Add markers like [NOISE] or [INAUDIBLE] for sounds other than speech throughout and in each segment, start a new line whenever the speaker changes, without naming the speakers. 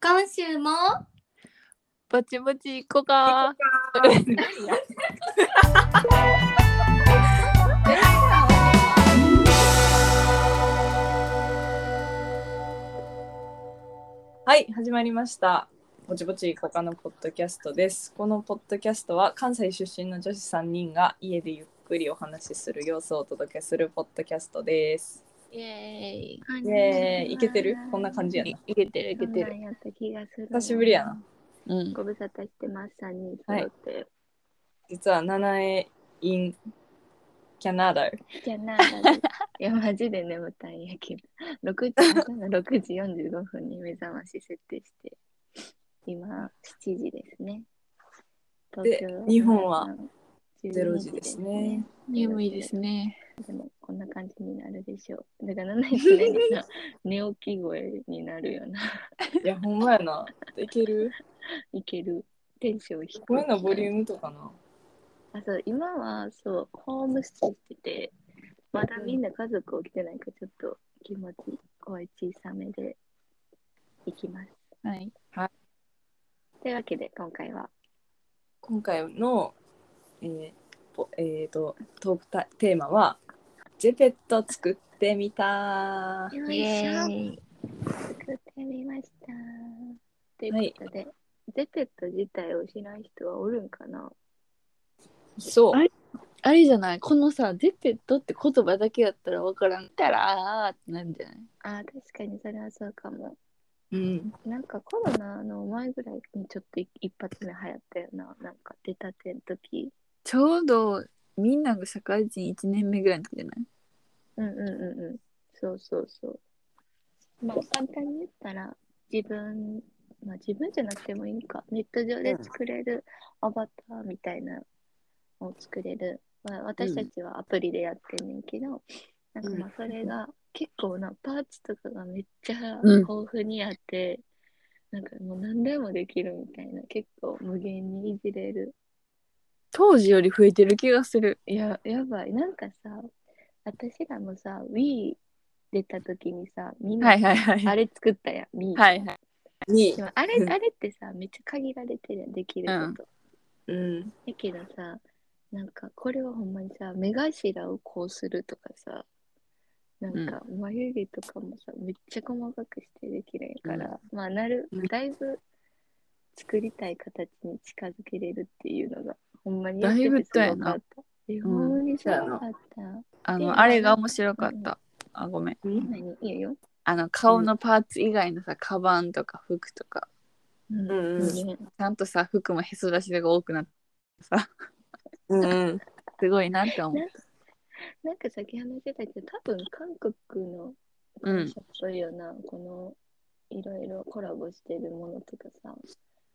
今週も
ぼちぼち行こうか。
はい、始まりました。ぼちぼちいこかのポッドキャストです。このポッドキャストは関西出身の女子3人が家でゆっくりお話しする様子をお届けするポッドキャストです。
イエーイ。
イエーイ、いけてるこんな感じや
い
な。
いけてるいけて
そんな
る。
んやった気がする。
久しぶりやな。。
うん。
ご無沙汰してます、3人
はい
揃って。
実は七重 in キャナダ。
じゃあな、いや、マジで眠たいんやけど。6時、朝の6時45分に目覚まし設定して、今、7時ですね。
で
は
日本は
12
ゼロ時ですね。
眠いですね。
でも、こんな感じになるでしょう。だから、7時
[LAUGHS]
にさ、寝起き声になるよな。
いや、ほんまやな。いける
いける。テンション低い。
声のボリュームとかな。
あそう今はそうホームステイしててまだみんな家族起きてないからちょっと気持ち声小さめでいきます。
はい。
というわけで今回は
今回の、えーぽえーとトークタテーマは「ジェペット作ってみた
よ
イエーイ。
作ってみました。ということで、ゼペット自体を知らん人はおるんかな
そう
あれあれじゃないこのさ、ゼペットって言葉だけやったらわからんたらあーってなんじゃない
あー確かにそれはそうかも。
うん、
なんかコロナの前ぐらいにちょっと一一発目流行ったよな。なんか出たての時。
ちょうどみんなが社会人1年目ぐらいの時じゃない
うんうんうんうん。そうそうそう。まあ簡単に言ったら自分、まあ自分じゃなくてもいいか。ネット上で作れるアバターみたいなのを作れる。まあ、私たちはアプリでやってんねんけど、なんかまあそれが結構なパーツとかがめっちゃ
うん
豊富にあって、なんかもう何でもできるみたいな結構無限にいじれる
当時より増えてる気がする。
いや、やばい。なんかさ、私らもさ、Wii 出た時にさ、みんな
はいはいはい。
あれ作ったやん、Wii。
はいはい。
に
で、もあれ、あれってさ、めっちゃ限られてるやん、できること。
うん、
だけどさ、なんかこれはほんまにさ、目頭をこうするとかさ、なんか眉毛とかもさ、めっちゃ細かくしてできるんやから、まあなる
うん、
だいぶ作りたい形に近づけれるっていうのが、ほんまに
だいぶとや
すご
な
かった。え、ほんまにすごかった。
あ
で
の、あれが面白かった。あ、ごめん。
何いいよ。
あの、顔のパーツ以外のさ、カバンとか服とか、
う
うんうん
ね
ちゃんとさ、服もへそ出しが多くなってさ。
うんうん、
すごいなって思う。
なんか先話してたけど、多分韓国の
うん
社というような、このいろいろコラボしてるものとかさ、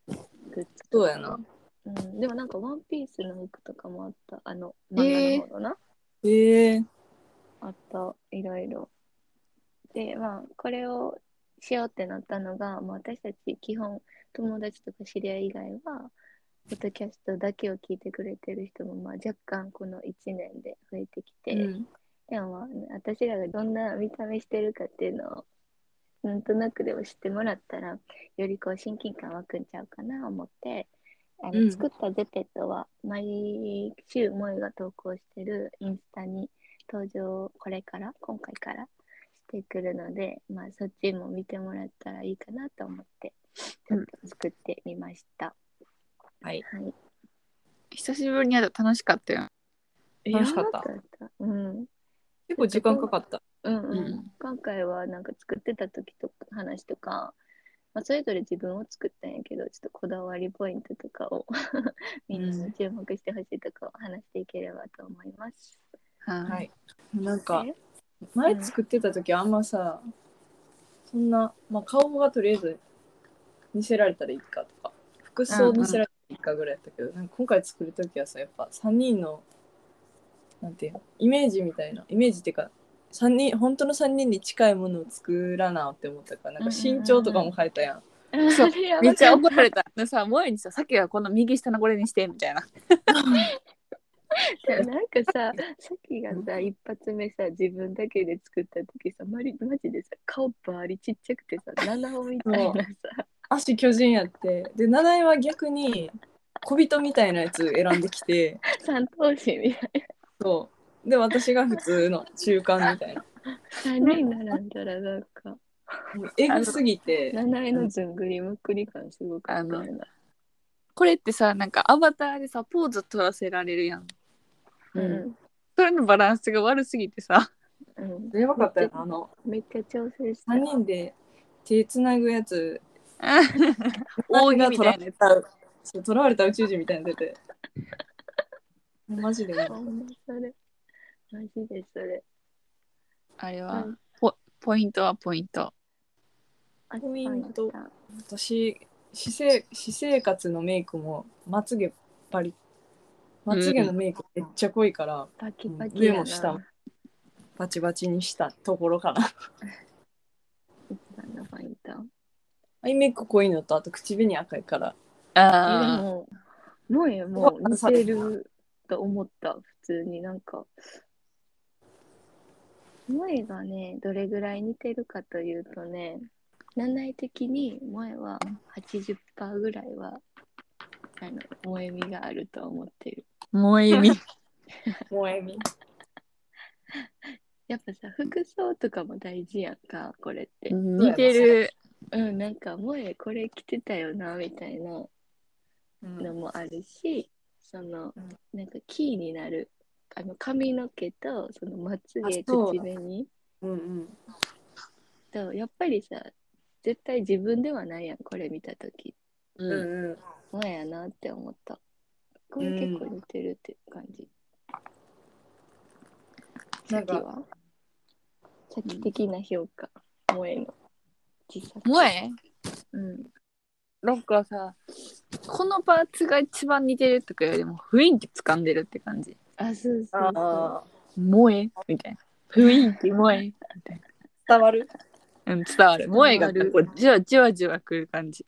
グッズ
そ
とか
うやな。
うん。でもなんかワンピースの服とかもあった、あの、
えー
漫画の方のな、
えー、
あった、いろいろ。で、まあ、これをしようってなったのが、まあ、私たち基本、友達とか知り合い以外は、ポッドキャストだけを聞いてくれてる人も、まあ、若干この1年で増えてきて、
うん
でも、私らがどんな見た目してるかっていうのを、なんとなくでも知ってもらったら、よりこう親近感湧くんちゃうかな思って、あの
うん
作ったゼペットは、毎週萌えが投稿してるインスタに登場をこれから、今回からしてくるので、まあそっちも見てもらったらいいかなと思って、ち
う
ょ
ん
っと作ってみました。
はい、
はい。
久しぶりに会ったら楽しかったよ。
楽しかった
やばった。うん。
結構時間かかった
うん
う
うん、今回はなんか作ってた時とか話とか、まあ、それぞれ自分を作ったんやけどちょっとこだわりポイントとかを [LAUGHS] みんなに注目してほしいとかを話していければと思います。
は。
はいいなんか
え
前作ってた時あんまさそんな、まあ、顔がとりあえず見せられたらいいかとか服装見せられたらいいかぐらいだったけど、なんか今回作る時はさやっぱ3人のなんていうのイメージみたいなイメージっていうか三人本当の3人に近いものを作らなって思ったからなんか身長とかも変えたやん。
そう
[LAUGHS] やば
めっちゃ
か
怒られた。でさ、萌えにさ、さっきはこの右下のこれにしてみたいな。
ったなんかさ、さっきがさ、一発目さ、自分だけで作った時さ、まりマジでさ、顔ばりちっちゃくてさ、七尾みたいなさ、
足巨人やってで七重は逆に小人みたいなやつ選んできて
三頭身みたい
そうで私が普通の中間みたいな
な。3人並んだらなんか、
もうえぐすぎて
七重のずんぐりむっくり感すごかったよな。
これってさなんかアバターでさポーズ取らせられるやん
う
うんん。
それのバランスが悪すぎてさ
うん。
やばかったよなあの
めっちゃ調整した。
3人で手つなぐや [LAUGHS] つ
大喜みたいなやつ
そう囚われた宇宙人みたいなの出てマジでも
ほ
うん
まそれ。マジでそれ。
あれ
う
は
ん
ポイントはポイント
あれ
ポイント
あれ
私私生私生活のメイクもまつげバリまつげのメイクめっちゃ濃いから、
パキパキ
上
やな。
も下もバチバチにしたところかな
一番のポイント。
アイメイク濃いのとあと口紅赤いから
えで
あ
も、もえも似てると思った、普通になんか。萌えがね、どれぐらい似てるかというとね、七重的に萌えは80%ぐらいは、あの、萌えみがあると思ってる。
あ萌えみ
萌えみ
やっぱさ、服装とかも大事やんか、これっ
[LAUGHS]
て。
似てる
うん、なんか萌えこれ着てたよな、みたいな。のもあるし、その
うん
なんかキーになるあの髪の毛とそのまつげ
あそう
口紅
うんうん
とやっぱりさ絶対自分ではないやんこれ見た時
う
うん
んうん
もやなって思ったこれ結構似てるって感じ、
なん
次
か
はさっき的な評価萌えの自作
萌え
うん
なんかさこのパーツが一番似てるとかよりも雰囲気掴んでるって感じ
あそうそうそう
あ
萌えみたいな雰囲気萌えみたい
ー伝わる、
な、うん、 [LAUGHS] 伝わる萌えがこうじわじわじわくる感じ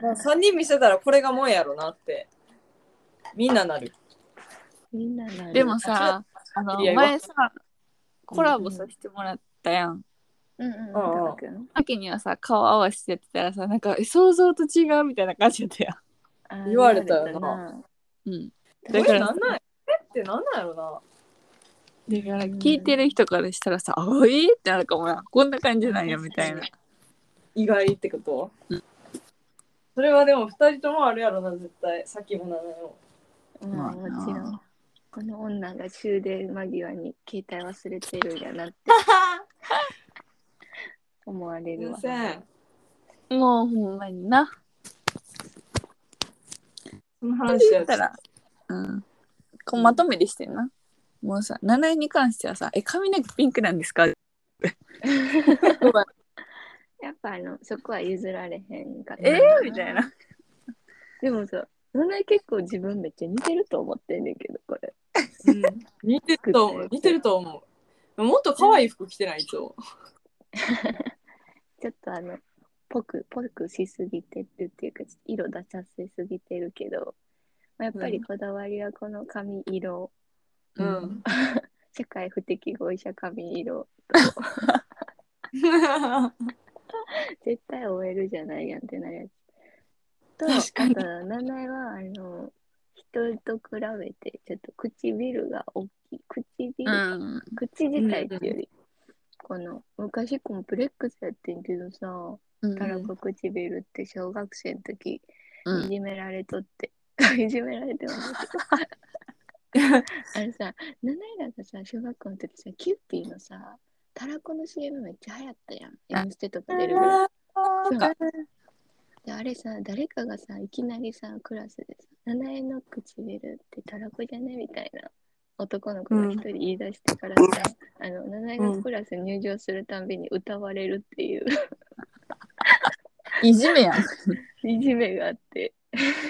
まあ、3人見せたらこれが萌えやろなってみんななる
みんななる
でも [LAUGHS] さあの
いや
前さコラボさせてもらったやん
うんうん
ああ
高くん
秋にはさ顔合わせてやってたらさなんかえ想像と違うみたいな感じだったや
あー
言われたよな
言わ
ん、 [LAUGHS] うん、だ
これ
から
なんなんえってなんなんやろな
だから聞いてる人からしたらさ「あおい!」ってなるかもなこんな感じなんやみたいな
意外ってこと、それはでも2人ともあるやろな絶対さっきもなのよ
れたなまあ
まあな
もちろんこの女が終電間際に携帯忘れてるんだなって思われるわ。
先
もうほんまにな
その話や
ったら、うん、こうまとめでしてんな。もうさ、七重に関してはさ、え、髪の毛ピンクなんですか
やっぱあのそこは譲られへんかった
え
な
ー、みたい。な。
でもさ、そんな結構自分めっちゃ似てると思ってんねんけど、これ。
うん似てると思う似てると思うもっと可愛い服着てないと
ちょっとあの、ぽく、ぽくしすぎてるっていうか、色出させすぎてるけど、まあ、やっぱりこだわりはこの髪色、
うん、
社会不適合者髪色、絶対 OL じゃないやんってなるやつ。と、
確かに
あと、名前は、あの、人と比べて、ちょっと唇が大きい。唇、
うん。
口自体っていうより、この、昔コンプレックスやってんけどさ、
うん。
たらこ唇って小学生の時、
うん
いじめられとって、 [LAUGHS] いじめられてます。あれさ、ナナイラがさ、小学校の時さ、キューピーのさ、たらこの CM めっちゃ流行ったやん。
あ
M ステとか出るぐらい。であれさ、誰かがさ、いきなりさ、クラスでさ、七重の唇ってたらこじゃねみたいな男の子が一人言い出してからさ、あの、七重のクラス入場するたんびに歌われるっていう、 [LAUGHS]
いじめやん。
いじめがあって、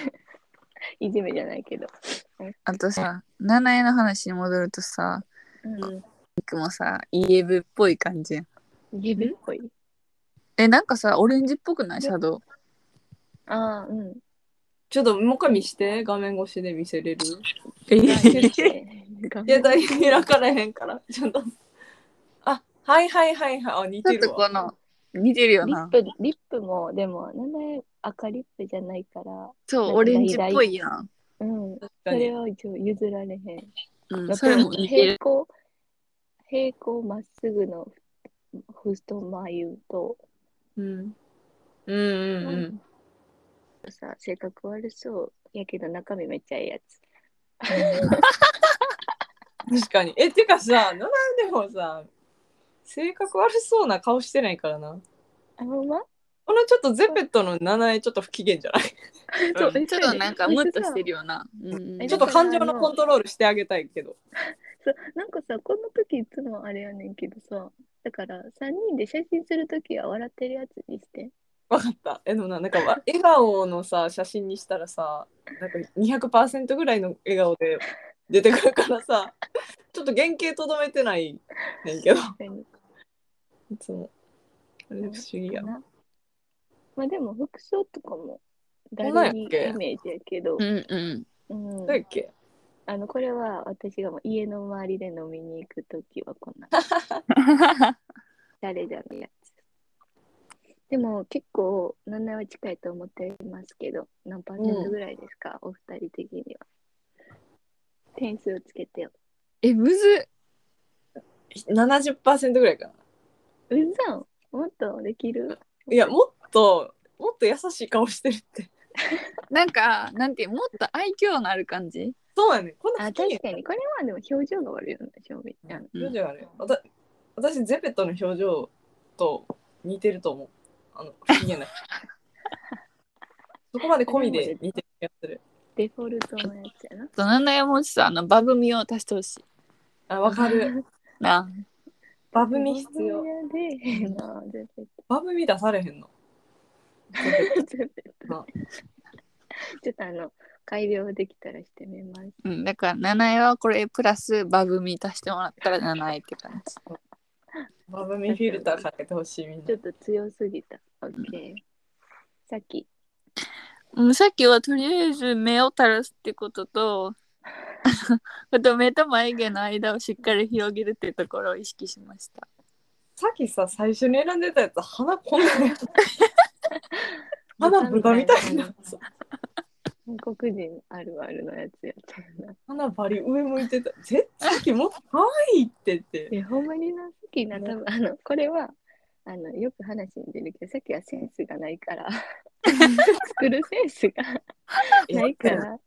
[LAUGHS] いじめじゃないけど。
あとさ、七重の話に戻るとさ、
うん。
僕もさ、イエブっぽい感じやん。
ゲベっぽい。
え、なんかさ、オレンジっぽくないシャドウ。
ああ、
[LAUGHS]
うん。
ちょっともう一回見して画面越しで見せれる
え
いや
[LAUGHS]
携帯開かれへんからちょっとあはいはいはいはいあ似
ちょ
て
っと
るわ
この似てるよ
リ
な
ッ。プ、リップも、でも、なんで赤リップじゃないから、
そう、オレンジっぽいやん。
うん、
確
そ
かに
れ。は一応譲られへん。
う
だ
ん、
か
それ
ら
も似て
平
る。
行、平行まっすぐのふ太眉と、
うん。うんうんうん。
さ、性格悪そうやけど中身めっちゃいいやつ。
確かに。え、てかさ、野良でもさ、性格悪そうな顔してないからな。
あほんま
このちょっとゼペットの七重ちょっと不機嫌じゃない
そう
ちょっとなんかムッとして
る。
るよな。うん
え
ちょっと感情のコントロールしてあげたいけど。
そうなんかさ、この時いつもあれやねんけどさ、だから3人で写真する時は笑ってるやつ
[LAUGHS]
にして。
わかった。え、でもな、なんかわ、笑顔のさ、写真にしたらさ、なんか200%ぐらいの笑顔で出てくるからさ、ちょっと原型とどめてないねんけど、
確かに。
いつも。あれ不思議や。
なまあでも服装とかも
そうなんや
誰
っ
にイ
け
メージやけど
う、んうん。
うん
どうやっけ
あのこれは私がもう家の周りで飲みに行く時はこんな誰じゃのやつ。でも結構7は近いと思っていますけど何パーセントぐらいですか、お二人的には。点数をつけてよ。
え、むず
70%ぐらいかな。
うざんもっとできる
いや、もっと、もっと優しい顔してるって。
なんか、なんていうもっと愛嬌のある感じ。
そうやねん。こんな
あ
不機
確
嫌。
かにこれはでも表情が悪いよね、正味。あの
に
表情あるよ。わた私、ゼペットの表情と似てると思う。あの、不機
[LAUGHS]
嫌な。そこまで込みで似てる気がする。
デフォルトのやつやな。
そうなんだよ、もうちょっとあの、バブみを足してほしい。
あ、わか
[LAUGHS]
る。
な。
バブミ必要。
出えへんな、絶対
バブミ出されへんの。 [LAUGHS]
ちょっとあの改良できたらしてみます。
うん、だから、七重はこれプラスバブみ足してもらったら七重って感じ。
バブミフィルターかけてほしいみんな
ちょ。っと強すぎた。オッケー。さっき。
うん、さっきはとりあえず目を垂らすってこと [LAUGHS] と、あと目と眉毛の間をしっかり広げるってところを意識しました。
さっきさ、最初に選んでたやつ、鼻こんな
[LAUGHS]
に。鼻豚みたいな。
韓国人あるあるのやつやったよな。
鼻バリ上向いてた。絶対きもっと可愛いってって
い。や、ほんまにな、好きな、多分あの、これは、あの、よく話に出るけど、さっきはセンスがないから、 [LAUGHS] 作るセンスがないから、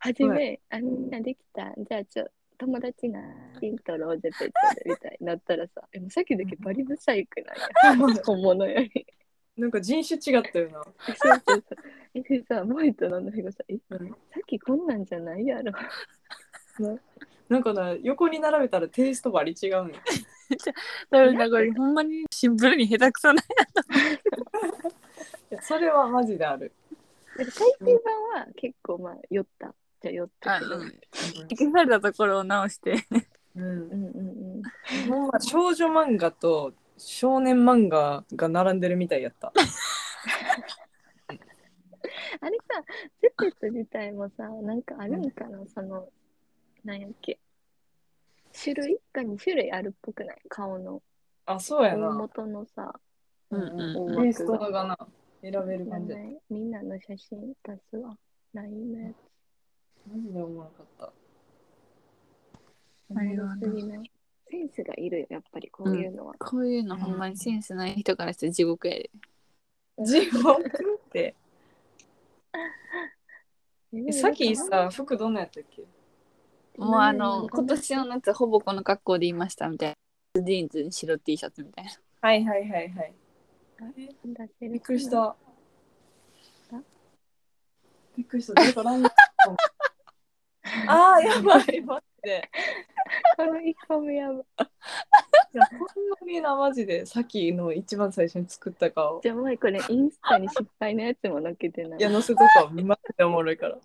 はじめ、あ、みんなできた、じゃあちょ、友達な、ヒントローゼペットでみたいになったらさ、 [LAUGHS] でもさっきだけバリブサイクなんや、本物より。
なんか人種違ったよな。
そうそうそう。え、でさ、もう一人の人がさ、え、さ
うん
っきこんなんじゃないやろ。
なんかな、横に並べたらテイストバリ違うの。
だからなんかこれほんまにシンプルに下手くそ [LAUGHS] ない。
いやそれはマジである。
でも最終版は結構まあ、酔った。じゃあ酔ったけど。
うん消されたところを直して。
うん
う。んうんうん。
ほんま少女漫画と少年漫画が並んでるみたいやった。
あれさ、ゼペット自体もさ、なんかあるんかな、その、なんやっけ。種類か2種類あるっぽくない顔の
あ、そうや
大
な。
元のさ、
うん
大
うんう
枠が
ん。
テイストがな、選べる感じやった。
ねみんなの写真出すわ。LINE のや
マジで思わなかった。
つ。
あれはな
おもろすぎないセンスがいるよ、やっぱりこういうのは。
こういうのほんまにセンスない人からしたら地獄やで。
地獄 [LAUGHS] って。
え
えさっきさ、服どんなやったっけ
もうあの、今年の夏ほぼこの格好でいましたみたいな。ジーンズに白 T シャツみたいな。
はいはいはいはい。びっくりし。た。びっくりした。なんかラインナップ [LAUGHS] ああ、やばい、マジで。
この一個目やばい。
いや、ほんまにな、マジで、さっきの一番最初に作った顔。
じゃあ、前これインスタに失敗のやつも載っけてないい。
や、載せとか、マジでおもろいから。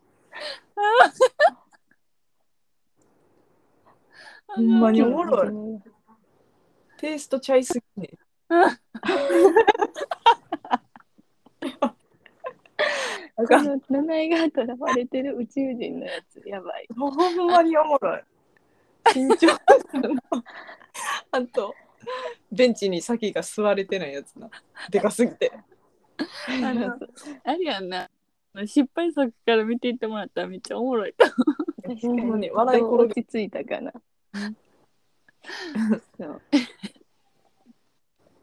ほんまにおもろい。
い。
テイストちゃいすぎね。なん
こ
か
の名前がとらわれてる宇宙人のやつ、やばい。
ほんまにおもろい。緊張するな。あと、ベンチにサキが座れてないやつなでかすぎて
あの [LAUGHS] あれやんな失敗作から見ていってもらったらめっちゃおもろいと思
確
ほんまに笑い転げ
どう落ち着いたかな。
[LAUGHS]
そう。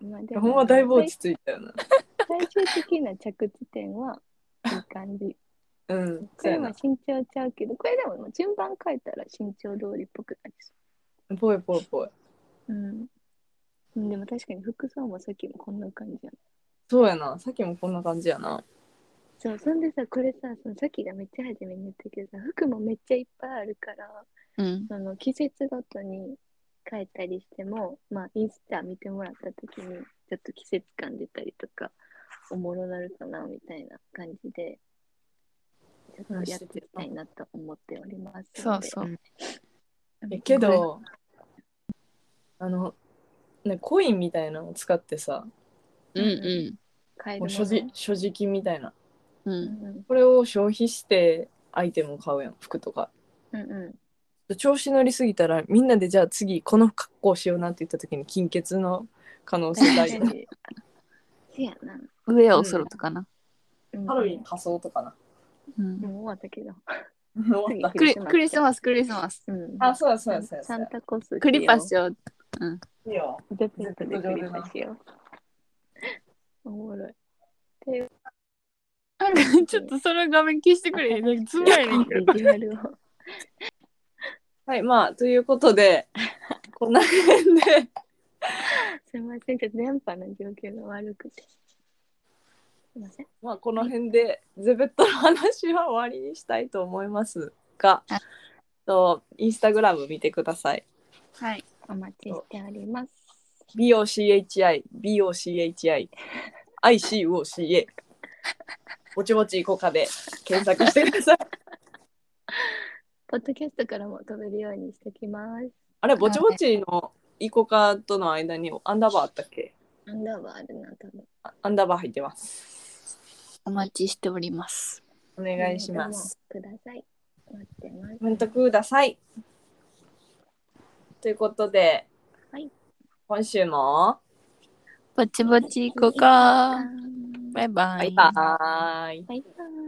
まあでも
ほんまだいぶ落ち着いたよな
最最終的な着地点はいい感じ。
うん
こ
[LAUGHS] そう
れ
や
は
な
身長ちゃうけど、これでも順番変えたら身長通りっぽくなりそ。
ぽいぽいぽいう
うん。でも確かに服装もさっきもこんな感じやな。
そうやなさっきもこんな感じやな
そう、そんでさ、これさ、そのさっきがめっちゃ初めに言ったけどさ、服もめっちゃいっぱいあるから、
う。うん。
その季節ごとに変えたりしても、まあ、インスタ見てもらった時にちょっと季節感出たりとかおもろなるかなみたいな感じでちょっとやっていきたいなと思っております
そうそうう。
えけどあのねコインみたいなのを使ってさ
うんう。
変える
も
も
う
の
所持所持金みたいなん
う。
うんん
これを消費してアイテムを買うやん服とか
うんう
調子乗りすぎたらみんなでじゃあ次この格好しようなって言った時に金欠の可能性
ん
大
確
よ
かにせやな、
上を揃とかな。
うん
ハロウィン仮装とかな
うん
もう終わったけど
終わっ
クリクリスマスクリスマス。
うん
たあそうやそうやそうやそ
サ
う
ン
や
タコス
クリパス
よ
よ。
いいよ
うデペットでクリパスよう [LAUGHS] おもろい
あれちょっとその画面消してくれ。なんかつまいねんけど。
ビジュアルを
はいまあということでこんな辺です [LAUGHS]
みません、ちょっと電波の状況が悪くて。すみません。
まあこの辺でゼベットの話は終わりにしたいと思いますが、
は
とインスタグラム見てください。
はい。
お待ちしております。
BOCHI、BOCHI、ICOCA。ぼちぼち効果で検索してくだ
[LAUGHS]
さい。
ポッドキャストからも飛べるようにしてきます。
あれ、ぼちぼちのイコカとの間にアンダーバーあったっけ
アンダーバーあるな、多分。
あアンダーバー入ってます。
お待ちしております。
お願いします。。
ください。待ってます。
コメントください。ということで、
はい
今週も
ぼちぼち行こうか
あ。ー
バイバ
バイ
イ。
バーイ。
バイバイ。